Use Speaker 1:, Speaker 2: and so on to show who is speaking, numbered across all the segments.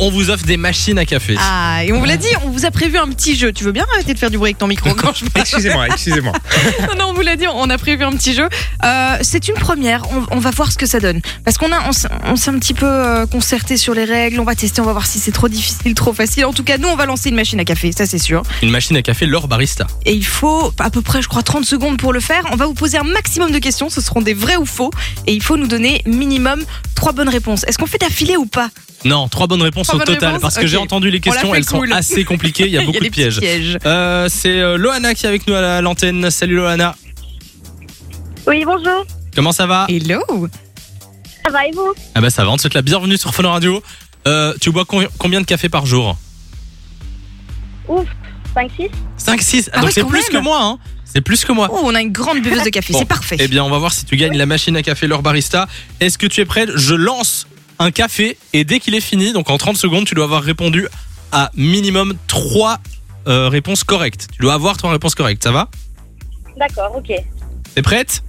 Speaker 1: On vous offre des machines à café.
Speaker 2: Ah, et on vous l'a dit, on vous a prévu un petit jeu. Tu veux bien arrêter de faire du bruit avec ton micro quand je parle
Speaker 3: Excusez-moi, excusez-moi.
Speaker 2: Non, non, on vous l'a dit, on a prévu un petit jeu. Euh, c'est une première, on, on va voir ce que ça donne. Parce qu'on a, on, s'est- on s'est un petit peu euh, concerté sur les règles, on va tester, on va voir si c'est trop difficile, trop facile. En tout cas, nous, on va lancer une machine à café, ça c'est sûr.
Speaker 1: Une machine à café, leur barista.
Speaker 2: Et il faut à peu près, je crois, 30 secondes pour le faire. On va vous poser un maximum de questions, ce seront des vrais ou faux. Et il faut nous donner minimum trois bonnes réponses. Est-ce qu'on fait d'affilée ou pas
Speaker 1: Non, trois bonnes réponses
Speaker 2: Trois
Speaker 1: au
Speaker 2: bonnes
Speaker 1: total.
Speaker 2: réponses,
Speaker 1: parce que
Speaker 2: ok.
Speaker 1: j'ai entendu les
Speaker 2: On l'a
Speaker 1: questions,
Speaker 2: fait
Speaker 1: elles
Speaker 2: cool.
Speaker 1: sont assez compliquées. Il y a beaucoup
Speaker 2: des
Speaker 1: de pièges.
Speaker 2: petits pièges.
Speaker 1: Euh, c'est euh, Loana qui est avec nous à la- à l'antenne. Salut Loana.
Speaker 4: Oui, bonjour.
Speaker 1: Comment ça va
Speaker 2: Hello Oh,
Speaker 4: Ça va et vous
Speaker 1: Ah bah ça va, on te souhaite la bienvenue sur Fun Radio. Euh, tu bois con- combien de café par jour
Speaker 4: Ouf, 5-6
Speaker 1: 5, 6.
Speaker 2: Ah
Speaker 1: donc
Speaker 2: ouais,
Speaker 1: c'est
Speaker 2: quand
Speaker 1: plus
Speaker 2: même.
Speaker 1: que moi. Hein. C'est plus que moi.
Speaker 2: Oh, on a une grande buveuse de café,
Speaker 1: Bon,
Speaker 2: c'est parfait.
Speaker 1: Eh bien, on va voir si tu gagnes la machine à café leur barista. Est-ce que tu es prête Je lance un café et dès qu'il est fini, donc en 30 secondes, tu dois avoir répondu à minimum 3 réponses correctes. Tu dois avoir 3 réponses correctes, ça va
Speaker 4: D'accord, ok.
Speaker 1: T'es prête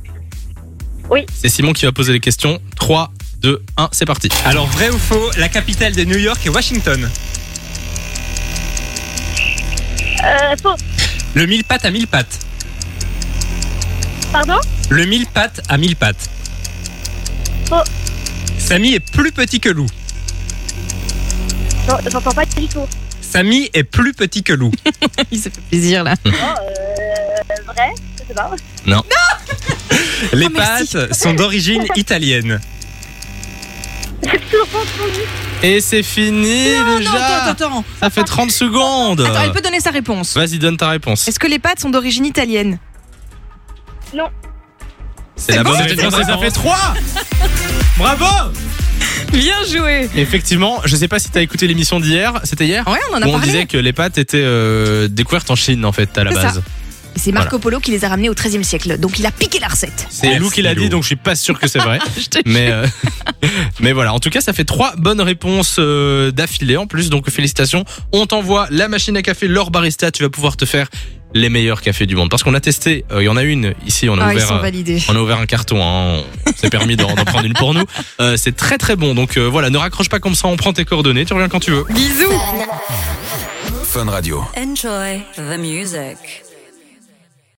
Speaker 4: Oui.
Speaker 1: C'est Simon qui va poser les questions. 3, 2, 1, c'est parti.
Speaker 3: Alors, vrai ou faux, la capitale de New York est Washington.
Speaker 4: Euh, faux.
Speaker 3: Le mille pattes à mille pattes.
Speaker 4: Pardon
Speaker 3: Le mille pattes à mille pattes.
Speaker 1: Oh.
Speaker 4: Faux.
Speaker 3: Samy est plus petit que loup.
Speaker 4: Non, j'entends pas du tout.
Speaker 3: Samy est plus petit que loup.
Speaker 2: Il se fait plaisir là.
Speaker 4: Oh, euh, vrai Je sais pas.
Speaker 3: Les
Speaker 2: Oh, merci.
Speaker 3: pattes sont d'origine italienne.
Speaker 4: J'ai toujours pas entendu.
Speaker 1: Et c'est fini
Speaker 2: Non,
Speaker 1: déjà Euh.
Speaker 2: non, attends, attends, attends.
Speaker 1: Ça fait 30 secondes
Speaker 2: Attends, elle peut donner sa réponse.
Speaker 1: Vas-y, donne ta réponse.
Speaker 2: Est-ce que les pâtes sont d'origine italienne
Speaker 1: C'est la
Speaker 3: bon,
Speaker 1: bonne
Speaker 3: c'est
Speaker 1: réponse,
Speaker 3: bon.
Speaker 1: et ça fait 3 Bravo
Speaker 2: Bien joué
Speaker 1: Effectivement, je sais pas si t'as écouté l'émission d'hier, c'était hier
Speaker 2: Ah Ouais, on en a
Speaker 1: Où on
Speaker 2: parlé.
Speaker 1: disait que les pâtes étaient euh, découvertes en Chine en fait à la
Speaker 2: C'est
Speaker 1: base.
Speaker 2: Et C'est Marco Polo qui les a ramenés au XIIIe siècle, donc il a piqué la recette.
Speaker 1: C'est
Speaker 3: Merci,
Speaker 1: Lou qui l'a dit
Speaker 3: Lou.
Speaker 1: donc je suis pas sûr que c'est vrai.
Speaker 2: Je te
Speaker 1: mais euh, mais voilà, en tout cas ça fait trois bonnes réponses euh, d'affilée en plus donc félicitations. On t'envoie la machine à café leur barista, tu vas pouvoir te faire les meilleurs cafés du monde parce qu'on a testé, euh, il y en a une ici, on a
Speaker 2: Ah, ils
Speaker 1: ouvert
Speaker 2: sont
Speaker 1: euh,
Speaker 2: validés.
Speaker 1: on a ouvert un carton, hein. on s'est permis d'en d'en prendre une pour nous. Euh, c'est très très bon, donc euh, voilà, ne raccroche pas comme ça, on prend tes coordonnées, tu reviens quand tu veux.
Speaker 2: Bisous
Speaker 5: Enjoy the music.